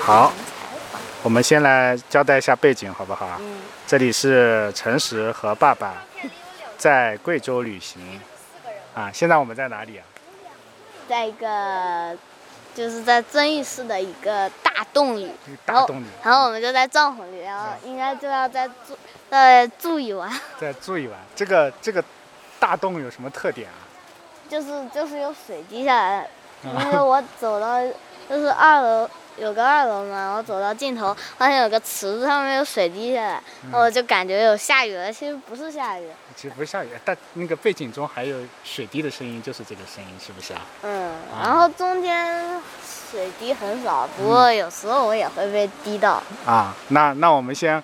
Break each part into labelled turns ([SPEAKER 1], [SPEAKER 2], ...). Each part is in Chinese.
[SPEAKER 1] 好，我们先来交代一下背景，好不好？
[SPEAKER 2] 嗯，
[SPEAKER 1] 这里是诚实和爸爸在贵州旅行啊。现在我们在哪里啊？
[SPEAKER 2] 在一个就是在遵义市的一个大洞里，然
[SPEAKER 1] 大
[SPEAKER 2] 后
[SPEAKER 1] 洞里
[SPEAKER 2] 然后我们就在帐篷里，然后应该就要在住在住一晚，
[SPEAKER 1] 在住一晚。这个这个大洞有什么特点啊？
[SPEAKER 2] 就是就是有水滴下来，因为我走到就是二楼有个二楼嘛，我走到尽头发现有个池子上面有水滴下来，然
[SPEAKER 1] 嗯
[SPEAKER 2] 后我就感觉有下雨了，其实不是下雨，
[SPEAKER 1] 其实不是下雨，但那个背景中还有水滴的声音，就是这个声音，是不是啊？
[SPEAKER 2] 嗯，然后中间水滴很少，不过有时候我也会被滴到，
[SPEAKER 1] 啊，那那我们先，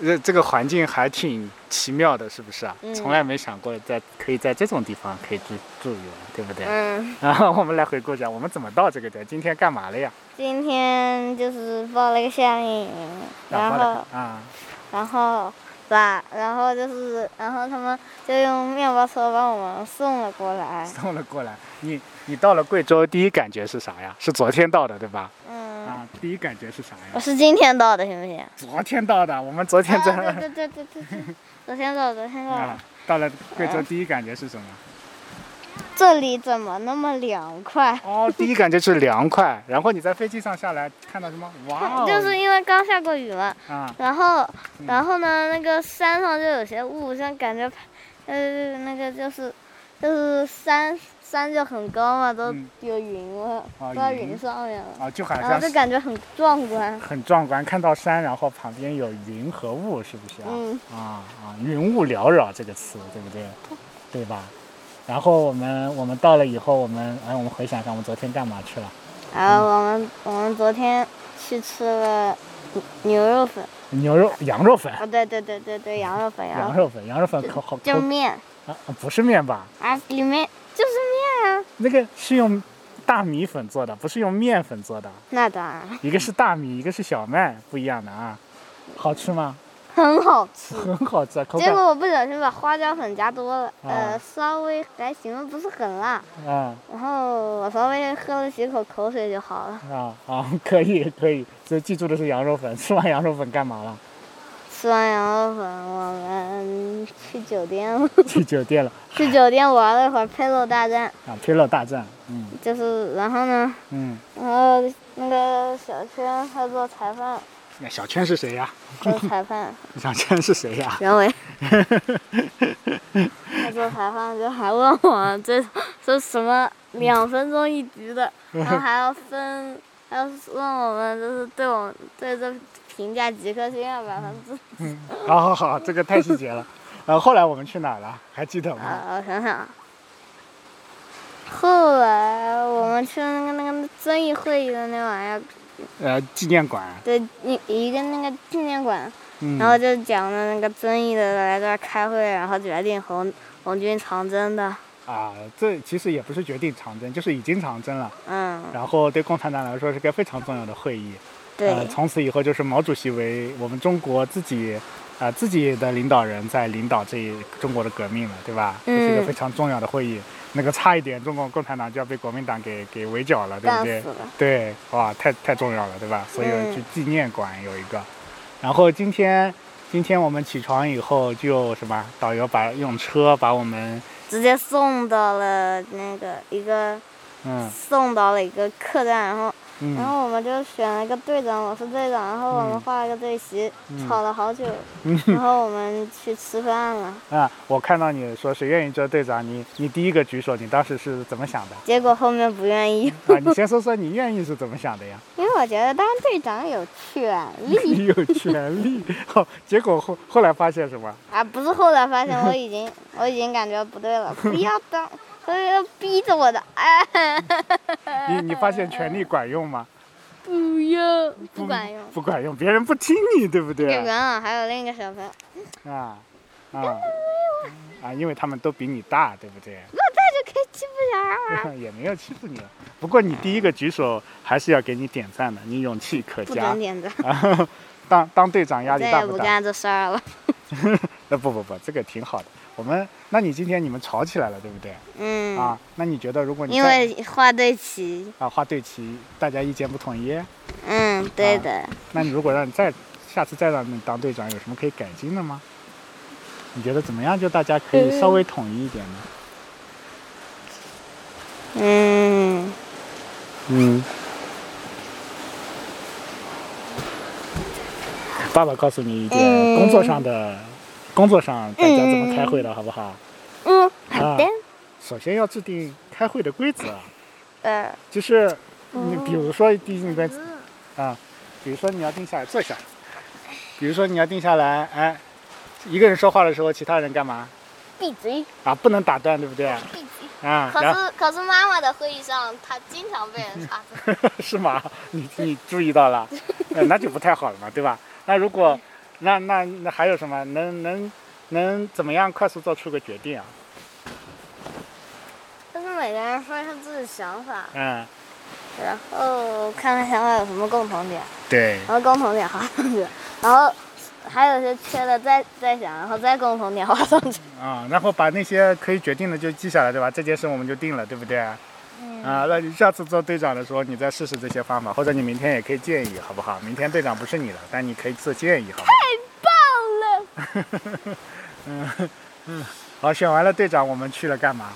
[SPEAKER 1] 这这个环境还挺奇妙的，是不是啊？
[SPEAKER 2] 嗯
[SPEAKER 1] 从来没想过在可以在这种地方可以住住一晚，对不对？
[SPEAKER 2] 嗯。
[SPEAKER 1] 然后我们来回顾一下，我们怎么到这个的？今天干嘛了呀？
[SPEAKER 2] 今天就是报了个夏令营，然后
[SPEAKER 1] 啊，
[SPEAKER 2] 然后把然后就是然后他们就用面包车把我们送了过来，
[SPEAKER 1] 送了过来。你你到了贵州，第一感觉是啥呀？是昨天到的对吧？
[SPEAKER 2] 嗯，
[SPEAKER 1] 啊，第一感觉是啥
[SPEAKER 2] 我
[SPEAKER 1] 呀？
[SPEAKER 2] 是今天到的，行不行？
[SPEAKER 1] 昨天到的，我们昨天在、
[SPEAKER 2] 啊对对对对对对，昨天到，昨天到嗯
[SPEAKER 1] 啊，，到了贵州第一感觉是什么？
[SPEAKER 2] 这里怎么那么凉快？
[SPEAKER 1] 哦，第一感觉是凉快。然后你在飞机上下来看到什么？哇哦！
[SPEAKER 2] 就是因为刚下过雨嘛，
[SPEAKER 1] 啊，
[SPEAKER 2] 然后，然后呢，那个山上就有些雾，像感觉，呃，那个就是，就是山山就很高嘛，都
[SPEAKER 1] 嗯
[SPEAKER 2] 有云了，
[SPEAKER 1] 啊
[SPEAKER 2] 都到
[SPEAKER 1] 云
[SPEAKER 2] 云上面了，
[SPEAKER 1] 啊，就好
[SPEAKER 2] 然后
[SPEAKER 1] 像啊
[SPEAKER 2] 就是感觉很壮观。
[SPEAKER 1] 很壮观，看到山，然后旁边有云和雾，是不是啊？
[SPEAKER 2] 嗯
[SPEAKER 1] 啊啊，云雾缭绕这个词，对不对？对吧？然后我们我们到了以后，我们哎，我们回想一下，我们昨天干嘛去了？
[SPEAKER 2] 然后我们我们昨天去吃了牛肉粉，
[SPEAKER 1] 牛肉、羊肉粉、
[SPEAKER 2] 啊，对对对对对，羊肉粉，
[SPEAKER 1] 羊
[SPEAKER 2] 肉
[SPEAKER 1] 肉粉、羊肉粉可好
[SPEAKER 2] 就
[SPEAKER 1] 口
[SPEAKER 2] 是面
[SPEAKER 1] 啊，不是面吧？
[SPEAKER 2] 啊，里面就是面啊，
[SPEAKER 1] 那个是用大米粉做的，不是用面粉做的，
[SPEAKER 2] 那当然
[SPEAKER 1] 一个是大米，一个是小麦，不一样的啊。好吃吗？
[SPEAKER 2] 很好吃。
[SPEAKER 1] 很好吃，啊口
[SPEAKER 2] 结
[SPEAKER 1] 感
[SPEAKER 2] 果我不小心把花椒粉加多了，
[SPEAKER 1] 啊
[SPEAKER 2] 呃，稍微还行，不是很辣。
[SPEAKER 1] 啊。
[SPEAKER 2] 然后我稍微喝了几口口水就好了。
[SPEAKER 1] 啊啊，可以可以，这记住的是羊肉粉。吃完羊肉粉干嘛了？
[SPEAKER 2] 吃完羊肉粉，我们去酒店了。
[SPEAKER 1] 去酒店了
[SPEAKER 2] 去酒店玩了一会儿《佩洛大战
[SPEAKER 1] 啊，披露大战。嗯》，
[SPEAKER 2] 就是然后呢，
[SPEAKER 1] 嗯，
[SPEAKER 2] 然后那个小圈他做裁判，
[SPEAKER 1] 那哎小圈是谁呀？
[SPEAKER 2] 做裁判，
[SPEAKER 1] 小圈是谁呀？
[SPEAKER 2] 人为他做裁判就还问我这是什么两分钟一局的，然后还要分，还要问我们就是对我们对这评价几颗星啊，百分之
[SPEAKER 1] 好好好，这个太细节了。呃，后来我们去哪儿了？还记得吗？
[SPEAKER 2] 啊，我想想，啊，后来我们去那个那个遵义会议的那玩意儿，
[SPEAKER 1] 呃，纪念馆。
[SPEAKER 2] 对，一一个那个纪念馆，
[SPEAKER 1] 嗯
[SPEAKER 2] 然后就讲了那个遵义的来这儿开会，然后决定红红军长征的，
[SPEAKER 1] 啊，这其实也不是决定长征，就是已经长征了。
[SPEAKER 2] 嗯，
[SPEAKER 1] 然后对共产党来说是个非常重要的会议。
[SPEAKER 2] 对，
[SPEAKER 1] 呃，从此以后就是毛主席为我们中国自己，啊、自己的领导人在领导这一中国的革命了，对吧？这是一个
[SPEAKER 2] 嗯
[SPEAKER 1] 非常重要的会议。那个差一点，中国共产党就要被国民党给给围剿了，对不
[SPEAKER 2] 干
[SPEAKER 1] 对
[SPEAKER 2] 死？了，
[SPEAKER 1] 对，哇，太太重要了，对吧？所以
[SPEAKER 2] 嗯
[SPEAKER 1] 去纪念馆有一个。然后今天，今天我们起床以后就什么，导游把用车把我们，
[SPEAKER 2] 直接送到了那个一个
[SPEAKER 1] 嗯
[SPEAKER 2] 送到了一个客栈，然后然
[SPEAKER 1] 嗯
[SPEAKER 2] 后我们就选了一个队长，我是队长，然后我
[SPEAKER 1] 嗯
[SPEAKER 2] 们画了个队旗，
[SPEAKER 1] 嗯
[SPEAKER 2] 吵了好久，
[SPEAKER 1] 嗯
[SPEAKER 2] 然后我们去吃饭了。
[SPEAKER 1] 啊，我看到你说谁愿意做队长，你你第一个举手，你当时是怎么想的？
[SPEAKER 2] 结果后面不愿意，
[SPEAKER 1] 啊，你先说说你愿意是怎么想的呀？
[SPEAKER 2] 因为我觉得当队长有权利
[SPEAKER 1] 你有权利，好、结果后后来发现什么？
[SPEAKER 2] 啊，不是后来发现我 已经我已经感觉不对了，不要当，所以要逼着我的，哎，
[SPEAKER 1] 你你发现权利管用吗？
[SPEAKER 2] 不要，不管用。
[SPEAKER 1] 不管用，别人不听你，对不啊
[SPEAKER 2] 这
[SPEAKER 1] 对？
[SPEAKER 2] 元朗还有另一个小朋友，那
[SPEAKER 1] 啊啊啊！因为他们都比你大，对不对？
[SPEAKER 2] 他就可以欺负小孩 玩，
[SPEAKER 1] 也没有欺负你，啊不过你第一个举手还是要给你点赞的，你勇气可
[SPEAKER 2] 不
[SPEAKER 1] 嘉
[SPEAKER 2] 准。点赞，
[SPEAKER 1] 当当队长压力
[SPEAKER 2] 再
[SPEAKER 1] 大
[SPEAKER 2] 也
[SPEAKER 1] 不
[SPEAKER 2] 不
[SPEAKER 1] 大？
[SPEAKER 2] 干这事儿了。
[SPEAKER 1] 那不不不，这个挺好的。我们，那你今天你们吵起来了，对不对？
[SPEAKER 2] 嗯，
[SPEAKER 1] 啊，那你觉得如果你
[SPEAKER 2] 因
[SPEAKER 1] 再
[SPEAKER 2] 为画对齐，
[SPEAKER 1] 啊画对齐，大家意见不统一，
[SPEAKER 2] 嗯，对
[SPEAKER 1] 啊
[SPEAKER 2] 的，
[SPEAKER 1] 那你如果让你再下次再让你当队长，有什么可以改进的吗？你觉得怎么样？就大家可以稍微统一一点呢？
[SPEAKER 2] 嗯，
[SPEAKER 1] 嗯。爸爸告诉你一点工作上的，工作上大家怎么开会的，好不好？
[SPEAKER 2] 嗯，好的
[SPEAKER 1] 啊，首先要制定开会的规则，
[SPEAKER 2] 嗯，
[SPEAKER 1] 就是你比如说第一你在啊，比如说你要定下来坐下，比如说你要定下来，哎，一个人说话的时候，其他人干嘛
[SPEAKER 2] 闭嘴，
[SPEAKER 1] 啊？不能打断，对不对？
[SPEAKER 2] 闭嘴。
[SPEAKER 1] 啊，
[SPEAKER 2] 可
[SPEAKER 1] 然后
[SPEAKER 2] 是可是妈妈的会议上，她经常被人插嘴。
[SPEAKER 1] 是吗？你你注意到了， 呃那就不太好了嘛，对吧？那如果那那那还有什么能能能怎么样快速做出个决定啊？
[SPEAKER 2] 就是每个人说一下自己的想法，
[SPEAKER 1] 嗯，
[SPEAKER 2] 然后看看想法有什么共同点，
[SPEAKER 1] 对
[SPEAKER 2] 然后共同点画 上去，然后还有一些缺的再再想，然后再共同点画上去。
[SPEAKER 1] 啊，然后把那些可以决定的就记下来，对吧？这件事我们就定了，对不对？啊，那你下次做队长的时候，你再试试这些方法，或者你明天也可以建议，好不好？明天队长不是你了，但你可以做建议，好吗？
[SPEAKER 2] 爆了！
[SPEAKER 1] 好，选完了队长，我们去了干嘛？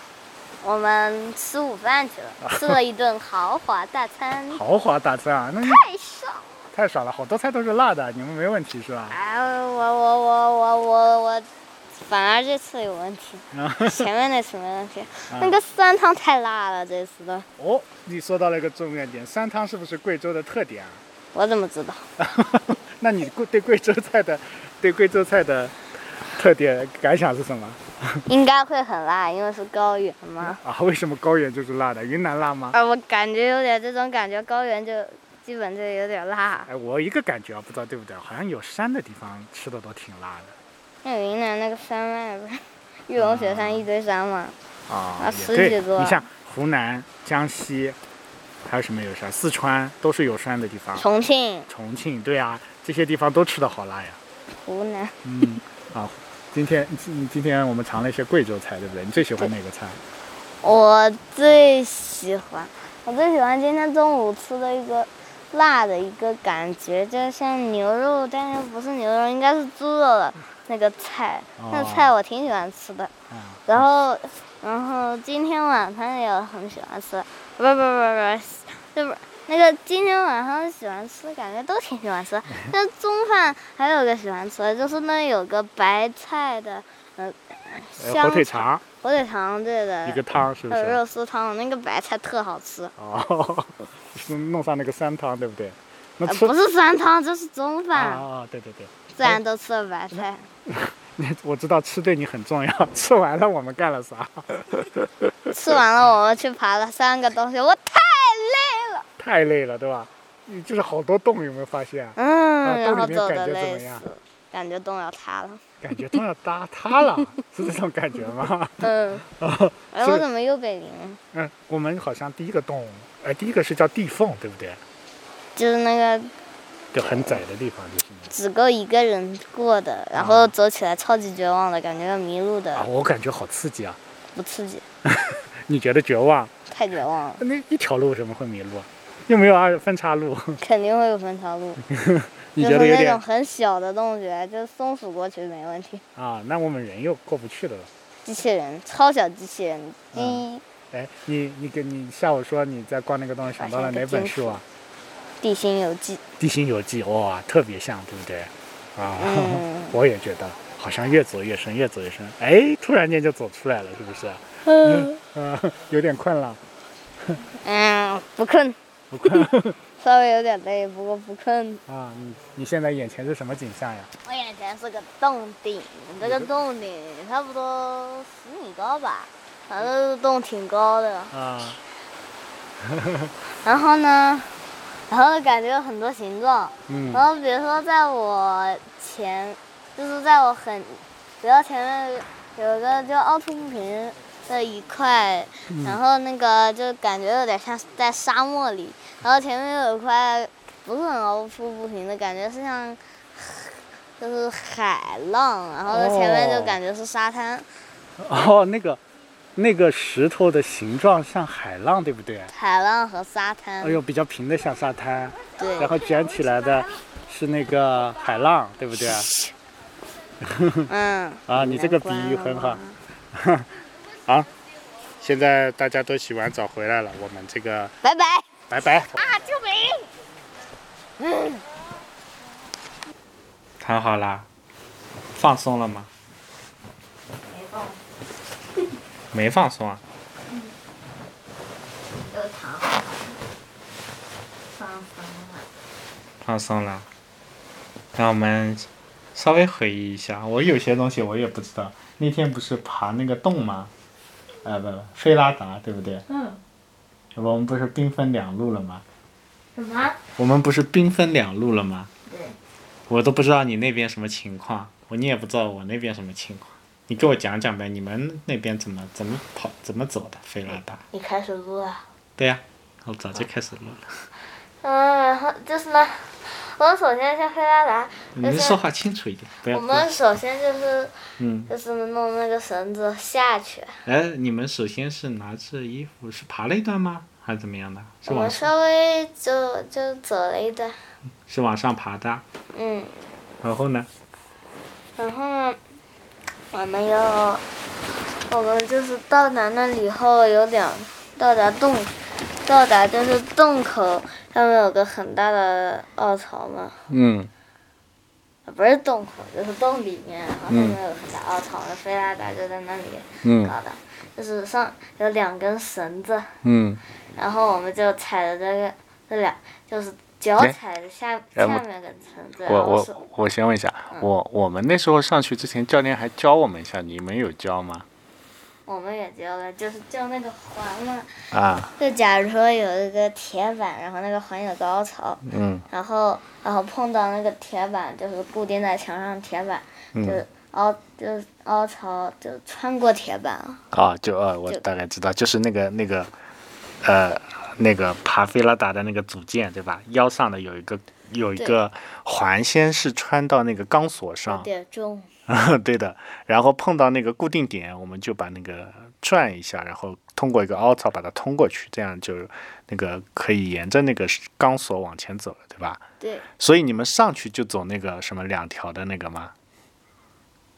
[SPEAKER 2] 我们吃午饭去了，吃了一顿豪华大餐，
[SPEAKER 1] 豪华大餐啊，那你
[SPEAKER 2] 太爽！
[SPEAKER 1] 太爽了，好多菜都是辣的，你们没问题是吧？
[SPEAKER 2] 哎，我我我我我我，反而这次有问题，
[SPEAKER 1] 啊，
[SPEAKER 2] 前面那次没问题，
[SPEAKER 1] 啊
[SPEAKER 2] 那个酸汤太辣了，这次的
[SPEAKER 1] 哦，你说到了一个重要点，酸汤是不是贵州的特点啊？
[SPEAKER 2] 我怎么知道？
[SPEAKER 1] 那你贵对贵州菜的， 对贵州菜的特点感想是什么？
[SPEAKER 2] 应该会很辣，因为是高原嘛。
[SPEAKER 1] 啊，为什么高原就是辣的？云南辣吗？
[SPEAKER 2] 啊，我感觉有点这种感觉，高原就基本就有点辣。
[SPEAKER 1] 哎，我一个感觉啊，不知道对不对，好像有山的地方吃的都挺辣的
[SPEAKER 2] 那云南那个山脉不是玉龙雪山一堆山嘛，
[SPEAKER 1] 啊
[SPEAKER 2] 啊
[SPEAKER 1] 也
[SPEAKER 2] 十
[SPEAKER 1] 对，
[SPEAKER 2] 几个
[SPEAKER 1] 你像湖南、江西，还有什么有山？四川都是有山的地方。
[SPEAKER 2] 重庆、
[SPEAKER 1] 重庆，对啊，这些地方都吃的好辣呀。
[SPEAKER 2] 湖南，
[SPEAKER 1] 嗯，啊，今天今今天我们尝了一些贵州菜，对不对？你最喜欢哪个菜？
[SPEAKER 2] 我最喜欢，我最喜欢今天中午吃的一个辣的一个感觉，就像牛肉，但是不是牛肉，应该是猪肉的那个菜，那
[SPEAKER 1] 哦
[SPEAKER 2] 菜我挺喜欢吃的。
[SPEAKER 1] 啊，
[SPEAKER 2] 然后，然后今天晚上也很喜欢吃，不不不不，就是那个今天晚上喜欢吃，感觉都挺喜欢吃。但中饭还有个喜欢吃的，就是那有个白菜的，呃，
[SPEAKER 1] 呃
[SPEAKER 2] 香
[SPEAKER 1] 火腿肠
[SPEAKER 2] 火腿肠对的，
[SPEAKER 1] 一个汤是不
[SPEAKER 2] 还有
[SPEAKER 1] 是？
[SPEAKER 2] 肉丝汤，那个白菜特好 吃。
[SPEAKER 1] 哦，是弄上那个酸汤，对不对？那
[SPEAKER 2] 呃
[SPEAKER 1] 吃
[SPEAKER 2] 不是酸汤，这是中
[SPEAKER 1] 啊
[SPEAKER 2] 饭。
[SPEAKER 1] 啊，对对对，
[SPEAKER 2] 虽然都吃了白 菜，
[SPEAKER 1] 我知道吃对你很重要。吃完了我们干了啥？
[SPEAKER 2] 吃完了我们去爬了三个东西，我太累了。
[SPEAKER 1] 太累了，对吧？你就是好多洞，有没有发现？啊
[SPEAKER 2] 嗯，
[SPEAKER 1] 那
[SPEAKER 2] 然
[SPEAKER 1] 洞
[SPEAKER 2] 后
[SPEAKER 1] 里面
[SPEAKER 2] 走
[SPEAKER 1] 感
[SPEAKER 2] 的
[SPEAKER 1] 觉怎
[SPEAKER 2] 累
[SPEAKER 1] 么样
[SPEAKER 2] 死，感觉洞要 塌了。
[SPEAKER 1] 感觉都要搭塌了，是这种感觉吗？
[SPEAKER 2] 嗯，
[SPEAKER 1] 啊
[SPEAKER 2] 哎，
[SPEAKER 1] 是
[SPEAKER 2] 我怎么又被淋了？
[SPEAKER 1] 嗯，我们好像第一个洞，哎，第一个是叫地缝，对不对？
[SPEAKER 2] 就是那个
[SPEAKER 1] 就很窄的地方，就是那
[SPEAKER 2] 只够一个人过的，然后走起来超级绝望的感觉，要迷路
[SPEAKER 1] 啊个啊，
[SPEAKER 2] 的
[SPEAKER 1] 我感觉好刺激啊！
[SPEAKER 2] 不刺激，
[SPEAKER 1] 你觉得绝望？
[SPEAKER 2] 太绝望了，
[SPEAKER 1] 那一条路为什么会迷路啊？又没有二分岔路，
[SPEAKER 2] 肯定会有分岔路。
[SPEAKER 1] 你
[SPEAKER 2] 就
[SPEAKER 1] 觉
[SPEAKER 2] 是
[SPEAKER 1] 得有
[SPEAKER 2] 那
[SPEAKER 1] 点
[SPEAKER 2] 种很小的洞穴，就是松鼠过去没问题。
[SPEAKER 1] 啊？那我们人又过不去了。
[SPEAKER 2] 机器人，超小机器人，
[SPEAKER 1] 嗯
[SPEAKER 2] 第一
[SPEAKER 1] 哎，你你给你下午说你在逛那个东西，想到了哪本书啊？
[SPEAKER 2] 地心游 记》。
[SPEAKER 1] 《地心游记》哇，特别像，对不对？啊，
[SPEAKER 2] 嗯
[SPEAKER 1] 我也觉得，好像越走越深，越走越深。哎，突然间就走出来了，是不是？
[SPEAKER 2] 嗯
[SPEAKER 1] 嗯、有点困了，
[SPEAKER 2] 嗯，不困，
[SPEAKER 1] 不困
[SPEAKER 2] 稍微有点累，不过不困。
[SPEAKER 1] 啊。你你现在眼前是什么景象呀？
[SPEAKER 2] 我眼前是个洞顶，这个洞顶差不多十米高吧，反正洞挺高的。
[SPEAKER 1] 啊，
[SPEAKER 2] 然后呢，然后感觉有很多形状。
[SPEAKER 1] 嗯
[SPEAKER 2] 然后比如说在我前，就是在我很比较前面有个就凹凸不平的一块，
[SPEAKER 1] 嗯
[SPEAKER 2] 然后那个就感觉有点像是在沙漠里，然后前面有一块不是很凹凸不平的感觉，是像就是海浪，然后在前面就
[SPEAKER 1] 哦
[SPEAKER 2] 感觉是沙滩，
[SPEAKER 1] 哦，那个那个石头的形状像海浪，对不对？
[SPEAKER 2] 海浪和沙滩。
[SPEAKER 1] 哎呦，比较平的像沙滩，
[SPEAKER 2] 对
[SPEAKER 1] 然，后卷起来的是那个海浪，对不对？
[SPEAKER 2] 嗯，
[SPEAKER 1] 啊，你这个比喻很好。 好，现在大家都洗完澡回来了，我们这个
[SPEAKER 2] 拜拜。
[SPEAKER 1] 拜拜。
[SPEAKER 2] 啊，救命！
[SPEAKER 1] 躺好啦，放松了吗？没放松啊？
[SPEAKER 2] 有糖，放松
[SPEAKER 1] 放松了。让我们稍微回忆一下，我有些东西我也不知道。那天不是爬那个洞吗？呃，不不，菲拉达对不对？
[SPEAKER 3] 嗯。
[SPEAKER 1] 我们不是兵分两路了吗？
[SPEAKER 3] 什么？
[SPEAKER 1] 我们不是兵分两路了吗？
[SPEAKER 3] 对。
[SPEAKER 1] 我都不知道你那边什么情况，我你也不知道我那边什么情况。你给我讲讲呗，你们那边怎么怎么跑怎么走的？菲拉达。
[SPEAKER 2] 你开始录啊。
[SPEAKER 1] 对呀、我早就开始录了。
[SPEAKER 2] 嗯，然后就是呢，我首先先飞拉达，
[SPEAKER 1] 你
[SPEAKER 2] 就是
[SPEAKER 1] 们说话清楚一点，不要
[SPEAKER 2] 我。们首先就是
[SPEAKER 1] 嗯，
[SPEAKER 2] 就是弄那个绳子下去，
[SPEAKER 1] 哎，你们首先是拿着衣服是爬了一段吗？还是怎么样的？是
[SPEAKER 2] 我
[SPEAKER 1] 往
[SPEAKER 2] 们稍微就就走了一段，
[SPEAKER 1] 是往上爬的，
[SPEAKER 2] 嗯，
[SPEAKER 1] 然后呢？
[SPEAKER 2] 然后呢，我们又我们就是到达那里以后有两到达洞，到达就是洞口上面有个很大的凹槽嘛，
[SPEAKER 1] 嗯
[SPEAKER 2] 不是洞口，就是洞里面，然后上面有很大凹槽，那菲拉达就在那里
[SPEAKER 1] 嗯
[SPEAKER 2] 搞的，就是上有两根绳子，
[SPEAKER 1] 嗯，
[SPEAKER 2] 然后我们就踩着这个这俩，就是脚
[SPEAKER 1] 哎
[SPEAKER 2] 踩着下
[SPEAKER 1] 哎
[SPEAKER 2] 下
[SPEAKER 1] 我
[SPEAKER 2] 面根绳子，
[SPEAKER 1] 我
[SPEAKER 2] 然后手
[SPEAKER 1] 我我先问一下，我我们那时候上去之前，教练还教我们一下，你们有教吗？
[SPEAKER 2] 我们也教了，就是叫那个环嘛，
[SPEAKER 1] 啊，
[SPEAKER 2] 就假如说有一个铁板，然后那个环有个凹槽，
[SPEAKER 1] 嗯
[SPEAKER 2] 然后然后碰到那个铁板，就是固定在墙上的铁板，
[SPEAKER 1] 嗯
[SPEAKER 2] 就是凹就是凹槽就穿过铁板了。
[SPEAKER 1] 啊，就啊，我
[SPEAKER 2] 就
[SPEAKER 1] 大概知道，就是那个那个，呃，那个爬菲拉达的那个组件，对吧？腰上的有一个有一
[SPEAKER 2] 对
[SPEAKER 1] 个环，先是穿到那个钢索上
[SPEAKER 2] 有，点重，
[SPEAKER 1] 对的，然后碰到那个固定点，我们就把那个转一下，然后通过一个凹槽把它通过去，这样就那个可以沿着那个钢索往前走了，对吧？
[SPEAKER 2] 对。
[SPEAKER 1] 所以你们上去就走那个什么两条的那个吗？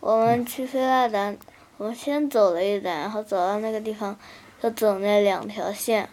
[SPEAKER 2] 我们去飞拉达，我们先走了一段，然后走到那个地方，就走那两条线，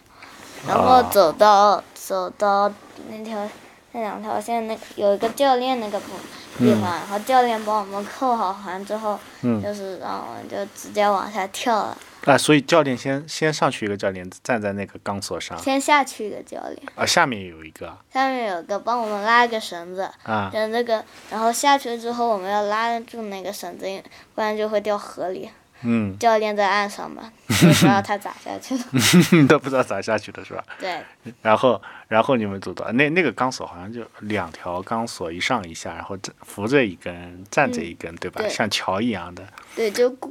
[SPEAKER 2] 然后
[SPEAKER 1] 啊
[SPEAKER 2] 走到、走到那条那两条线那有一个教练那个部地方，然后教练帮我们扣好环之后，
[SPEAKER 1] 嗯
[SPEAKER 2] 就是让我们就直接往下跳了，
[SPEAKER 1] 啊，所以教练先先上去一个教练站在那个钢索上，
[SPEAKER 2] 先下去一个教练，
[SPEAKER 1] 啊，下面有一个
[SPEAKER 2] 下面有个帮我们拉一个绳子。
[SPEAKER 1] 啊，
[SPEAKER 2] 然后那个，然后下去之后，我们要拉住那个绳子，因为不然就会掉河里。
[SPEAKER 1] 嗯，
[SPEAKER 2] 教练在岸上嘛，不知道他咋下 去的。
[SPEAKER 1] 都不知道咋下去的是吧？
[SPEAKER 2] 对，
[SPEAKER 1] 然后然后你们走到那那个钢索好像就两条钢索一上一下，然后站扶着一根，站着一根，对吧？
[SPEAKER 2] 嗯对
[SPEAKER 1] 像桥一样的，
[SPEAKER 2] 对，就过，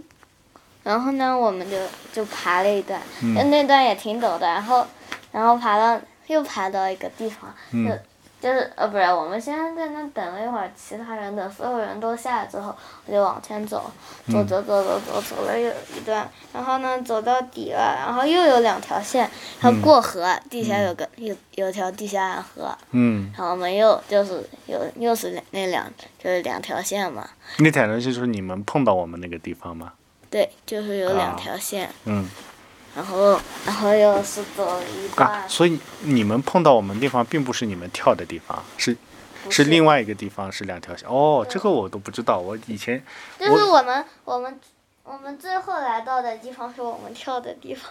[SPEAKER 2] 然后呢，我们就就爬了一段，那那段也挺陡的，然后，然后爬到又爬到一个地方，就就是呃，不是，我们先在那等了一会儿，其他人等所有人都下来之后，我就往前走，走走走走走走了有一段，然后呢，走到底了，然后又有两条线，然后过河，地下有个有有条地下暗河，
[SPEAKER 1] 嗯，
[SPEAKER 2] 然后我们又就是有又是那那两就是两条线嘛，
[SPEAKER 1] 那台东西就是你们碰到我们那个地方吗？
[SPEAKER 2] 对，就是有
[SPEAKER 1] 啊
[SPEAKER 2] 两条线。
[SPEAKER 1] 嗯
[SPEAKER 2] 然后，然后又是走了一段，
[SPEAKER 1] 啊，所以你们碰到我们地方，并不是你们跳的地方，是
[SPEAKER 2] 不
[SPEAKER 1] 是
[SPEAKER 2] 是
[SPEAKER 1] 另外一个地方，是两条线。哦，这个我都不知道，我以前
[SPEAKER 2] 就是我们我们我们最后来到的地方是我们跳的地方，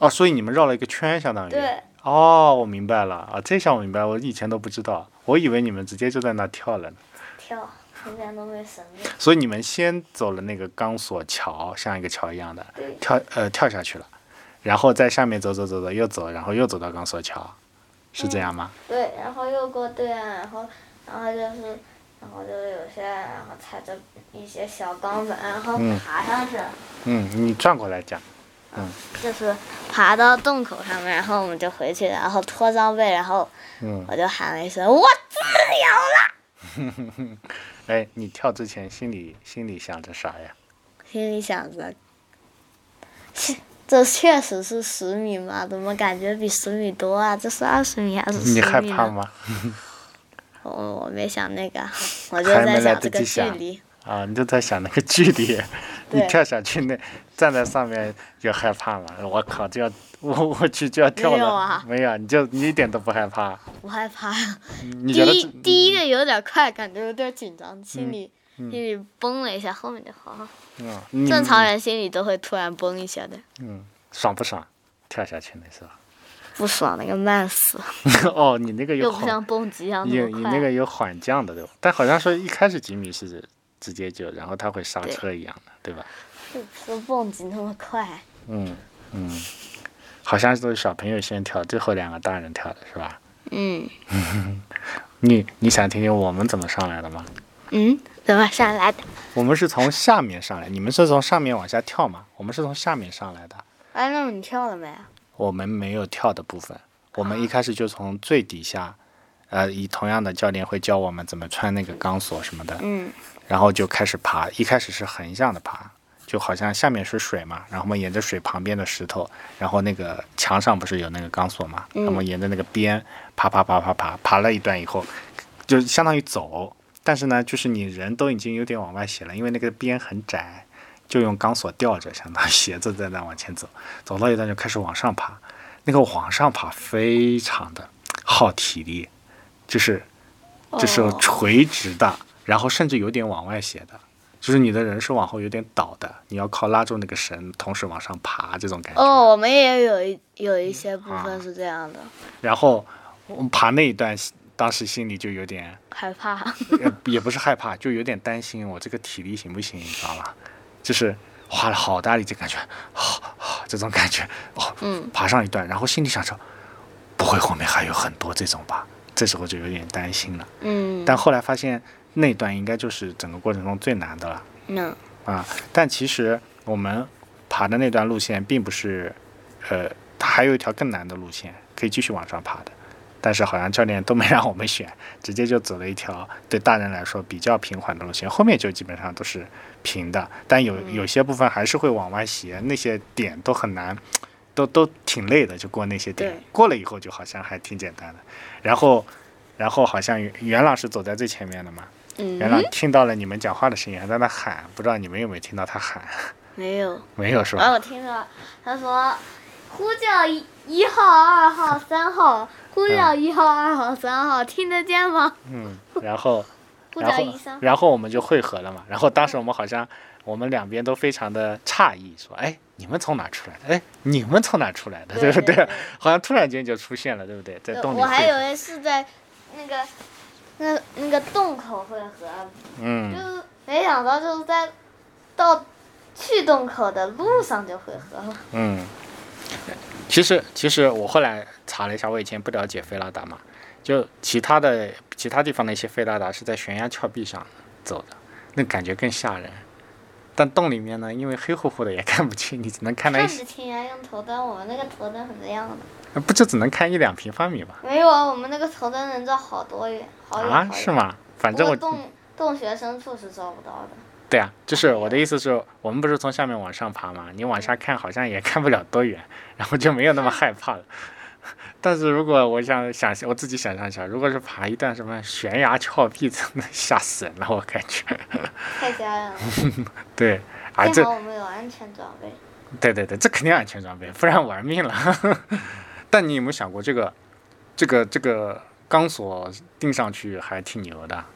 [SPEAKER 1] 哦，所以你们绕了一个圈，相当于
[SPEAKER 2] 对。
[SPEAKER 1] 哦，我明白了啊，这下我明白了，我以前都不知道，我以为你们直接就在那跳了呢。
[SPEAKER 2] 跳中间都没绳子，
[SPEAKER 1] 所以你们先走了那个钢索桥，像一个桥一样的
[SPEAKER 2] 对
[SPEAKER 1] 跳呃跳下去了，然后在下面走走走走又走，然后又走到钢索桥，是这样吗？
[SPEAKER 2] 对，然后又过对岸，然后然后就是然后就有些人然后踩着一些小钢板，然后
[SPEAKER 1] 嗯
[SPEAKER 2] 爬上去了，
[SPEAKER 1] 嗯，你转过来讲。
[SPEAKER 2] 就是爬到洞口上面，然后我们就回去，然后脱装备，然后
[SPEAKER 1] 嗯
[SPEAKER 2] 我就喊了一声我自由了，
[SPEAKER 1] 哎，你跳之前心里心里想着啥呀？
[SPEAKER 2] 心里想着，切这确实是十米吗？怎么感觉比十米多啊？这是二十米还是十米？
[SPEAKER 1] 你害怕？吗？
[SPEAKER 2] 我我没想那个， 我就
[SPEAKER 1] 还没
[SPEAKER 2] 在
[SPEAKER 1] 来
[SPEAKER 2] 想
[SPEAKER 1] 得
[SPEAKER 2] 这
[SPEAKER 1] 及
[SPEAKER 2] 个距
[SPEAKER 1] 想
[SPEAKER 2] 离。
[SPEAKER 1] 啊，你就在想那个距 离，你
[SPEAKER 2] 对
[SPEAKER 1] 跳下去那站在上面有害怕吗？我靠，就要我我去就要跳
[SPEAKER 2] 没有
[SPEAKER 1] 了，
[SPEAKER 2] 啊
[SPEAKER 1] 没有，你就你一点都不害怕，
[SPEAKER 2] 不害怕。
[SPEAKER 1] 你
[SPEAKER 2] 第
[SPEAKER 1] 觉得嗯
[SPEAKER 2] 一
[SPEAKER 1] 自
[SPEAKER 2] 第一个有点快，感觉有点紧张，心里、心里崩了一下，后面就好了。
[SPEAKER 1] 嗯，你
[SPEAKER 2] 正常人心里都会突然崩一下的，
[SPEAKER 1] 嗯爽不爽？跳下去那时
[SPEAKER 2] 不爽那个慢死，
[SPEAKER 1] 候， 哦，你那个有
[SPEAKER 2] 又不
[SPEAKER 1] 缓，
[SPEAKER 2] 像蹦极一样
[SPEAKER 1] 你
[SPEAKER 2] 那
[SPEAKER 1] 有
[SPEAKER 2] 么
[SPEAKER 1] 你
[SPEAKER 2] 快。
[SPEAKER 1] 那个有缓降的对吧？但好像说一开始几米是直接就，然后它会刹
[SPEAKER 2] 对
[SPEAKER 1] 车一样的，对吧？
[SPEAKER 2] 是不是蹦极那么快？
[SPEAKER 1] 嗯嗯，好像都是小朋友先跳，最后两个大人跳的是吧？
[SPEAKER 2] 嗯
[SPEAKER 1] 你你想听听我们怎么上来的吗？
[SPEAKER 2] 嗯，怎么上来的？
[SPEAKER 1] 我们是从下面上来，你们是从上面往下跳吗？我们是从下面上来的，
[SPEAKER 2] 哎，那么你跳了没啊？
[SPEAKER 1] 我们没有跳的部分，我们一开始就从最底下，呃，以同样的教练会教我们怎么穿那个钢索什么的，
[SPEAKER 2] 嗯
[SPEAKER 1] 然后就开始爬，一开始是横向的爬，就好像下面是水嘛，然后我们沿着水旁边的石头，然后那个墙上不是有那个钢索嘛，那么沿着那个边爬爬爬爬爬，爬了一段以后，就相当于走，但是呢，就是你人都已经有点往外斜了，因为那个边很窄，就用钢索吊着，相当于斜着在那往前走，走到一段就开始往上爬，那个往上爬非常的耗体力，就是就是
[SPEAKER 2] 哦
[SPEAKER 1] 垂直的，然后甚至有点往外斜的，就是你的人是往后有点倒的，你要靠拉住那个绳，同时往上爬这种感觉。
[SPEAKER 2] 哦，我们也有一有一些部
[SPEAKER 1] 啊
[SPEAKER 2] 分是这样的，
[SPEAKER 1] 然后我们爬那一段，当时心里就有点
[SPEAKER 2] 害怕。
[SPEAKER 1] 也也不是害怕，就有点担心我这个体力行不行，你知道吗？就是花了好大力气，感觉好、好这种感觉，哦，
[SPEAKER 2] 嗯
[SPEAKER 1] 爬上一段，然后心里想着，不会后面还有很多这种吧？这时候就有点担心了。
[SPEAKER 2] 嗯，
[SPEAKER 1] 但后来发现那段应该就是整个过程中最难的了
[SPEAKER 2] 嗯
[SPEAKER 1] 啊！但其实我们爬的那段路线并不是，呃，它还有一条更难的路线可以继续往上爬的，但是好像教练都没 让我们选，直接就走了一条对大人来说比较平缓的路线，后面就基本上都是平的，但有有些部分还是会往外斜，那些点都很难，都都挺累的，就过那些点
[SPEAKER 2] 对，
[SPEAKER 1] 过了以后就好像还挺简单的，然后。然后好像袁袁老师走在最前面的嘛，袁老
[SPEAKER 2] 嗯，
[SPEAKER 1] 师听到了你们讲话的声音，还在那喊，不知道你们有没有听到他喊？
[SPEAKER 2] 没有。
[SPEAKER 1] 没有是
[SPEAKER 2] 然后
[SPEAKER 1] 吧？
[SPEAKER 2] 我听到他说呼叫一一号、二号、三号，呼叫一号、二号、三号，听得见吗？
[SPEAKER 1] 嗯， 然后，
[SPEAKER 2] 呼
[SPEAKER 1] 然
[SPEAKER 2] 叫
[SPEAKER 1] 后
[SPEAKER 2] 一三，，
[SPEAKER 1] 然后我们就汇合了嘛。然后当时我们好像，我们两边都非常的诧异，说：“哎，你们从哪出来的？哎，你们从哪出来的？
[SPEAKER 2] 对
[SPEAKER 1] 不
[SPEAKER 2] 对对
[SPEAKER 1] 好像突然间就出现了，对不对？在
[SPEAKER 2] 对
[SPEAKER 1] 洞里
[SPEAKER 2] 我还
[SPEAKER 1] 汇合
[SPEAKER 2] 以为是在那个那那个洞口汇合，就
[SPEAKER 1] 嗯，
[SPEAKER 2] 是没想到就是在到去洞口的路上就汇合了。
[SPEAKER 1] 嗯，其实其实我后来查了一下，我以前不了解菲拉达嘛，就其他的其他地方的一些菲拉达是在悬崖峭壁上走的，那感觉更吓人。但洞里面呢，因为黑乎乎的也看不清，你只能看到一
[SPEAKER 2] 看
[SPEAKER 1] 些
[SPEAKER 2] 着，清呀，用头灯，我们那个头灯很亮的。
[SPEAKER 1] 呃不就只能看一两平方米吗？
[SPEAKER 2] 没有啊，我们那个头灯能照好多远，好远好
[SPEAKER 1] 啊，
[SPEAKER 2] 远。
[SPEAKER 1] 是？吗？反
[SPEAKER 2] 不
[SPEAKER 1] 正
[SPEAKER 2] 过
[SPEAKER 1] 我
[SPEAKER 2] 洞洞穴深处是照不到的。
[SPEAKER 1] 对啊，就是我的意思是我们不是从下面往上爬嘛，你往下看好像也看不了多远，然后就没有那么害怕了。但是如果我想想我自己想象一下，如果是爬一段什么悬崖峭壁，真的吓死人了，我感觉。
[SPEAKER 2] 太吓 人了！
[SPEAKER 1] 对，啊
[SPEAKER 2] 幸
[SPEAKER 1] 这
[SPEAKER 2] 好我们有安全装备。
[SPEAKER 1] 对对对，这肯定安全装备，不然玩命了。 但你有没有想过这个这个这个钢索钉上去还挺牛的？啊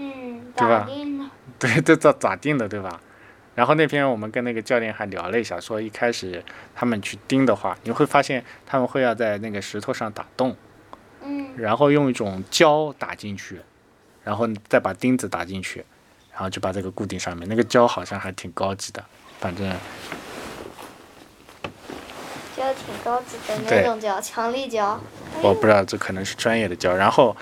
[SPEAKER 2] 嗯，
[SPEAKER 1] 对吧
[SPEAKER 2] 咋定呢？
[SPEAKER 1] 对，这咋咋定的，对吧？然后那天我们跟那个教练还聊了一下，说一开始他们去钉的话，你会发现他们会要在那个石头上打洞，
[SPEAKER 2] 嗯，
[SPEAKER 1] 然后用一种胶打进去，然后再把钉子打进去，然后就把这个固定上面。那个胶好像还挺高级的，反正
[SPEAKER 2] 就挺高级的
[SPEAKER 1] 对
[SPEAKER 2] 那种胶，强力胶。
[SPEAKER 1] 我不知道这可能是专业的胶。然后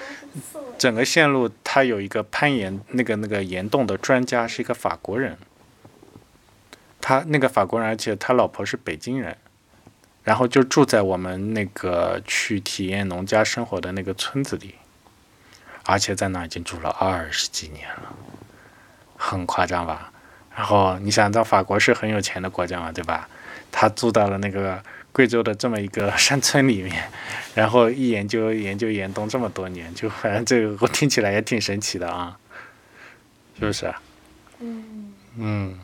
[SPEAKER 2] 刺猬
[SPEAKER 1] 整个线路它有一个攀岩那个那个岩洞的专家是一个法国人，他那个法国人，而且他老婆是北京人，然后就住在我们那个去体验农家生活的那个村子里，而且在那已经住了二十几年了，很夸张吧？然后你想到法国是很有钱的国家嘛，对吧？他住到了那个贵州的这么一个山村里面，然后一研究研究严冬这么多年，就反正这个我听起来也挺神奇的啊，是不是？啊
[SPEAKER 3] 嗯，
[SPEAKER 1] 嗯，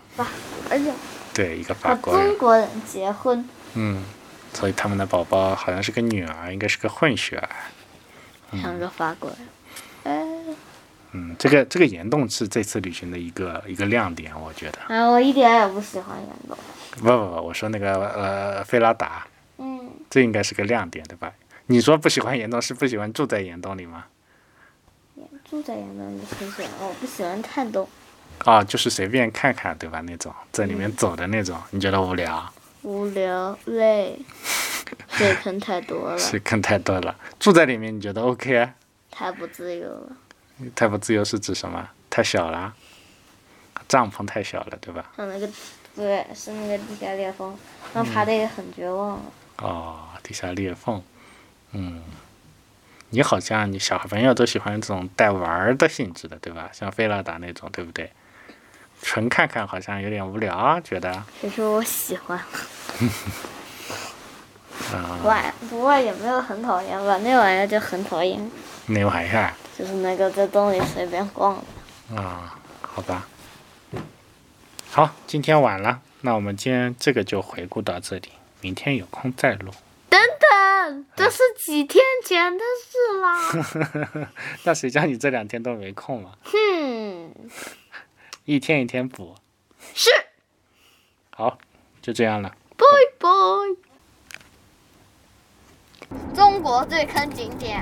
[SPEAKER 3] 而且
[SPEAKER 1] 对，一个法
[SPEAKER 3] 和
[SPEAKER 1] 国人
[SPEAKER 3] 中，国人结婚，
[SPEAKER 1] 嗯，所以他们的宝宝好像是个女儿，应该是个混血儿。
[SPEAKER 3] 像个法国人。哎，
[SPEAKER 1] 嗯，这个这个岩洞是这次旅行的一个一个亮点，我觉得。
[SPEAKER 3] 啊，我一点也不喜欢严冬。
[SPEAKER 1] 不不不，我说那个呃费拉达，
[SPEAKER 3] 嗯，
[SPEAKER 1] 这应该是个亮点，对吧？你说不喜欢岩洞是不喜欢住在岩洞里吗？
[SPEAKER 3] 住在严冬也很喜欢，我不喜欢看冬，
[SPEAKER 1] 啊，就是随便看看，对吧？那种在里面走的那种，你觉得无聊？
[SPEAKER 3] 无聊累，水坑太多了，
[SPEAKER 1] 是看太多了。住在里面你觉得 OK？啊
[SPEAKER 3] 太不自由了。
[SPEAKER 1] 太不自由是指什么？太小了，帐篷太小了，对吧？
[SPEAKER 3] 像那个，对，是那个地下裂缝，然后爬的也很绝望了。
[SPEAKER 1] 哦，地下裂缝，嗯，你好像你小朋友都喜欢这种带玩儿的性质的，对吧？像费拉达那种，对不对？纯看看好像有点无聊啊，觉得
[SPEAKER 3] 谁说我喜欢？ 不爱不过也没有很讨厌吧，那玩意儿就很讨厌，
[SPEAKER 1] 那玩意儿
[SPEAKER 3] 就是那个在洞里随便逛的。
[SPEAKER 1] 啊，好吧。好，今天晚了，那我们今天这个就回顾到这里，明天有空再录。
[SPEAKER 3] 等等，这是几天前的事啦。
[SPEAKER 1] 那谁叫你这两天都没空嘛？
[SPEAKER 3] 哼，
[SPEAKER 1] 一天一天补。
[SPEAKER 3] 是，
[SPEAKER 1] 好，就这样了。
[SPEAKER 3] 拜拜。中国最坑景点，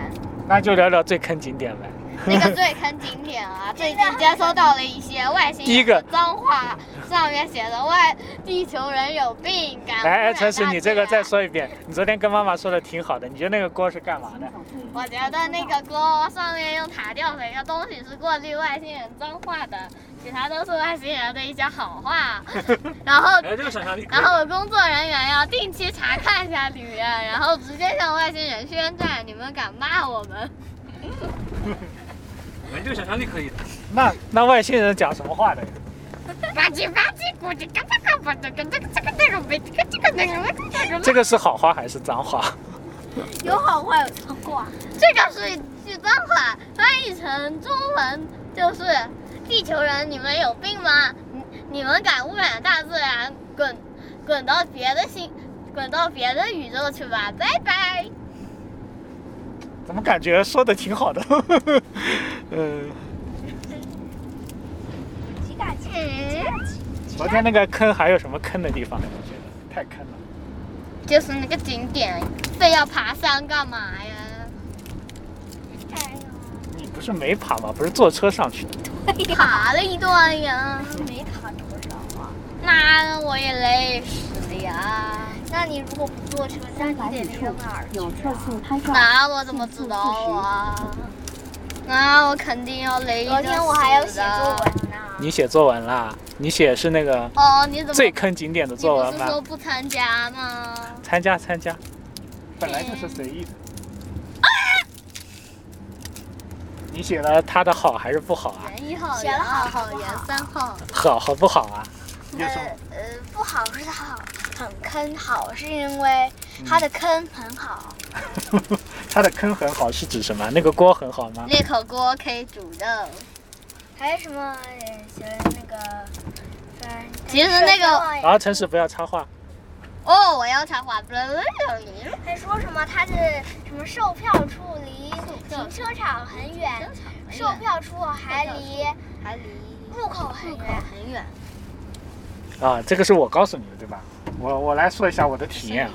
[SPEAKER 1] 那就聊聊最坑景点呗。
[SPEAKER 3] 那 个最坑景点啊，最近接收到了一些外星
[SPEAKER 1] 第一
[SPEAKER 3] 人
[SPEAKER 1] 个
[SPEAKER 3] 的脏话，上面写的外地球人有病，感
[SPEAKER 1] 哎哎，
[SPEAKER 3] 染
[SPEAKER 1] 陈实，
[SPEAKER 3] 大
[SPEAKER 1] 你这个
[SPEAKER 3] 啊自然啊
[SPEAKER 1] 再说一遍。你昨天跟妈妈说的挺好的，你觉得那个锅是干嘛的？
[SPEAKER 3] 我觉得那个锅上面用塔吊的一个东西是过滤外星人脏话的，其他都是外星人的一些好 话。然后，
[SPEAKER 1] 哎，这个想象力
[SPEAKER 3] 然后工作人员要定期查看一下里面，然后直接向外星人宣战，你们敢骂我们？
[SPEAKER 1] 哎，这个想象力可以的。那那外星人讲什么话的？
[SPEAKER 3] 吧唧吧唧，咕叽嘎嘎嘎，这个这个这个这个没这个这个那个那个
[SPEAKER 1] 这个是好话还是脏话？
[SPEAKER 3] 有好话有脏话，这个是句脏话，翻译成中文就是：地球人，你们有病吗？你你们敢污染大自然，滚滚到别的星，滚到别的宇宙去吧，拜拜。
[SPEAKER 4] 怎么感觉说的挺好 的？
[SPEAKER 1] 呃
[SPEAKER 4] 嗯，
[SPEAKER 3] 嗯，
[SPEAKER 4] 昨天那个坑还有什么坑的地方？你觉得太坑了。
[SPEAKER 3] 就是那个景点，非要爬山干嘛呀？
[SPEAKER 4] 你不是没爬吗？不是坐车上去的。
[SPEAKER 3] 爬了一段呀，
[SPEAKER 5] 没卡多少啊？
[SPEAKER 3] 那我也累死了呀。
[SPEAKER 5] 那你如果不坐车，那
[SPEAKER 2] 三百
[SPEAKER 5] 你
[SPEAKER 2] 米
[SPEAKER 5] 得
[SPEAKER 2] 处
[SPEAKER 5] 扔哪儿去、
[SPEAKER 2] 有测
[SPEAKER 5] 啊？
[SPEAKER 2] 速拍照，
[SPEAKER 3] 那我怎么知道 啊？那我肯定要累
[SPEAKER 5] 昨天我还要写作文呢。
[SPEAKER 4] 你写作文啦？你写是那个
[SPEAKER 3] 哦，你怎么
[SPEAKER 4] 最坑景点的作文
[SPEAKER 3] 你不是说
[SPEAKER 4] 吗？
[SPEAKER 3] 不参加吗？
[SPEAKER 4] 参加参加，本来就是随意的。你写了他的好还是不好啊？
[SPEAKER 3] 元一号、
[SPEAKER 5] 写
[SPEAKER 3] 元
[SPEAKER 5] 了
[SPEAKER 3] 二
[SPEAKER 5] 好
[SPEAKER 3] 号、元三号，
[SPEAKER 4] 好和不好啊？有什么
[SPEAKER 5] 呃呃，不好是好，很坑。好是因为它的坑很好。
[SPEAKER 4] 它的坑很好是指什么？那个锅很好吗？
[SPEAKER 3] 裂口锅可以煮肉。
[SPEAKER 5] 还有什么？呃写那个，嗯，
[SPEAKER 3] 其实那个
[SPEAKER 4] 啊，陈实不要插话。
[SPEAKER 3] 哦，我要插话。
[SPEAKER 5] 还说什么它的什么售票处离停车场很远，售票处还离
[SPEAKER 3] 还离
[SPEAKER 5] 入口很
[SPEAKER 3] 口
[SPEAKER 5] 远。
[SPEAKER 3] 很远。
[SPEAKER 4] 啊，这个是我告诉你的，对吧？我我来说一下我的体验啊。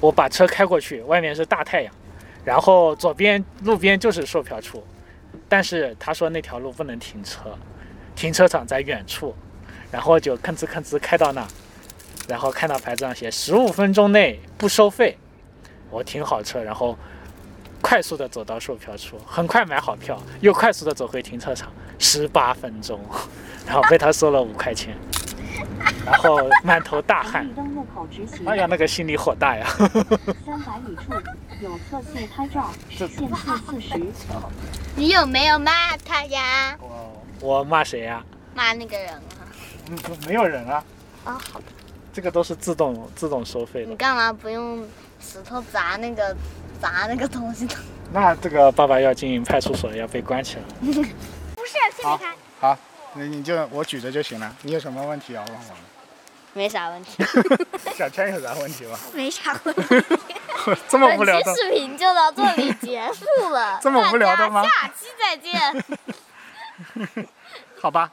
[SPEAKER 4] 我把车开过去，外面是大太阳，然后左边路边就是售票处，但是他说那条路不能停车，停车场在远处，然后就吭哧吭哧开到那，然后看到牌子上写十五分钟内不收费，我停好车，然后快速的走到售票处，很快买好票，又快速的走回停车场，十八分钟，然后被他收了五块钱，然后满头大汗
[SPEAKER 2] 请。登入口直行。
[SPEAKER 4] 哎呀，那个心里火大呀！
[SPEAKER 2] 三百米处有测速拍照，时限速四十。
[SPEAKER 3] 你有没有骂他呀？
[SPEAKER 6] 哦
[SPEAKER 4] 我骂谁呀、
[SPEAKER 3] 骂那个人啊？
[SPEAKER 6] 嗯，不没有人啊，
[SPEAKER 3] 啊，好吧，嗯
[SPEAKER 6] 这个都是自动自动收费
[SPEAKER 3] 你
[SPEAKER 6] 的。
[SPEAKER 3] 干嘛不用石头砸那个砸那个东西呢？
[SPEAKER 6] 那这个爸爸要进派出所，要被关起来。
[SPEAKER 5] 不是，现在
[SPEAKER 6] 好
[SPEAKER 5] 看，
[SPEAKER 6] 好，那你就我举着就行了。你有什么问题要问我吗？
[SPEAKER 3] 没啥问题。
[SPEAKER 6] 小圈有啥问题吗？
[SPEAKER 5] 没啥问题。
[SPEAKER 6] 这么无聊的，
[SPEAKER 3] 本期，视频就到这里结束了
[SPEAKER 6] 这么无聊的吗
[SPEAKER 3] 大家下期再见。
[SPEAKER 6] 好吧。